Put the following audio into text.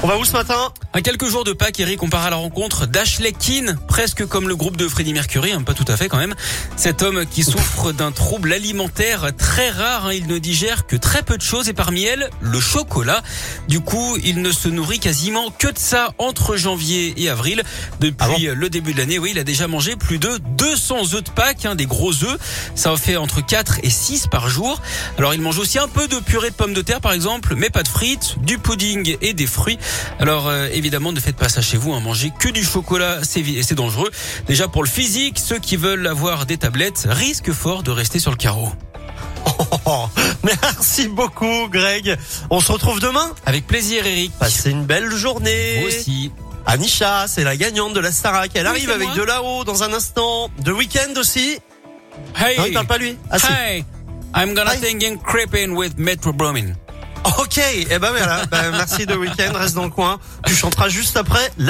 On va où ce matin À quelques jours de Pâques, Eric, on part à la rencontre d'Ashley Keane, presque comme le groupe de Freddie Mercury, hein, pas tout à fait quand même. Cet homme qui souffre d'un trouble alimentaire très rare, hein, il ne digère que très peu de choses et parmi elles, le chocolat. Du coup, il ne se nourrit quasiment que de ça entre janvier et avril. Depuis Ah le début de l'année, oui, il a déjà mangé plus de 200 œufs de Pâques, hein, des gros œufs. Ça en fait entre 4 et 6 par jour. Alors, il mange aussi un peu de purée de pommes de terre, par exemple, mais pas de frites, du pudding et des fruits. Alors euh, évidemment, ne faites pas ça chez vous. Hein. Manger que du chocolat, c'est vi- c'est dangereux. Déjà pour le physique, ceux qui veulent avoir des tablettes risquent fort de rester sur le carreau. Oh, Merci beaucoup Greg. On se retrouve demain. Avec plaisir, Eric. Passez une belle journée. Vous aussi. Anisha, c'est la gagnante de la Starac. Elle Oui, arrive c'est avec moi. de là-haut dans un instant. De week-end aussi. Hey, Non, il parle pas lui. Ah, si. hey, I'm gonna Hi. sing and creeping with Metro Boomin. Ok. Eh ben voilà. Ben, merci de week-end. Reste dans le coin. Tu chanteras juste après.